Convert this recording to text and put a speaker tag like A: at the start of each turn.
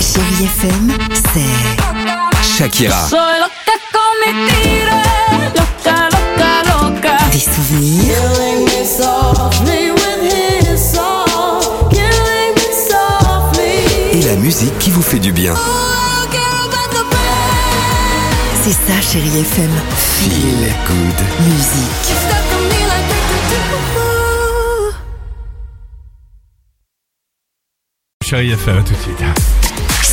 A: Chérie FM, c'est
B: Shakira,
C: Soy loca con mi tiro, loca, loca, loca.
A: des souvenirs,
C: Me with his song, killing me softly.
B: et la musique qui vous fait du bien.
C: Oh, quiero back the pain.
A: c'est ça Chérie FM,
B: Feel good.
A: musique.
C: You're stuck on me like we could do.
D: Chérie FM, à tout de suite.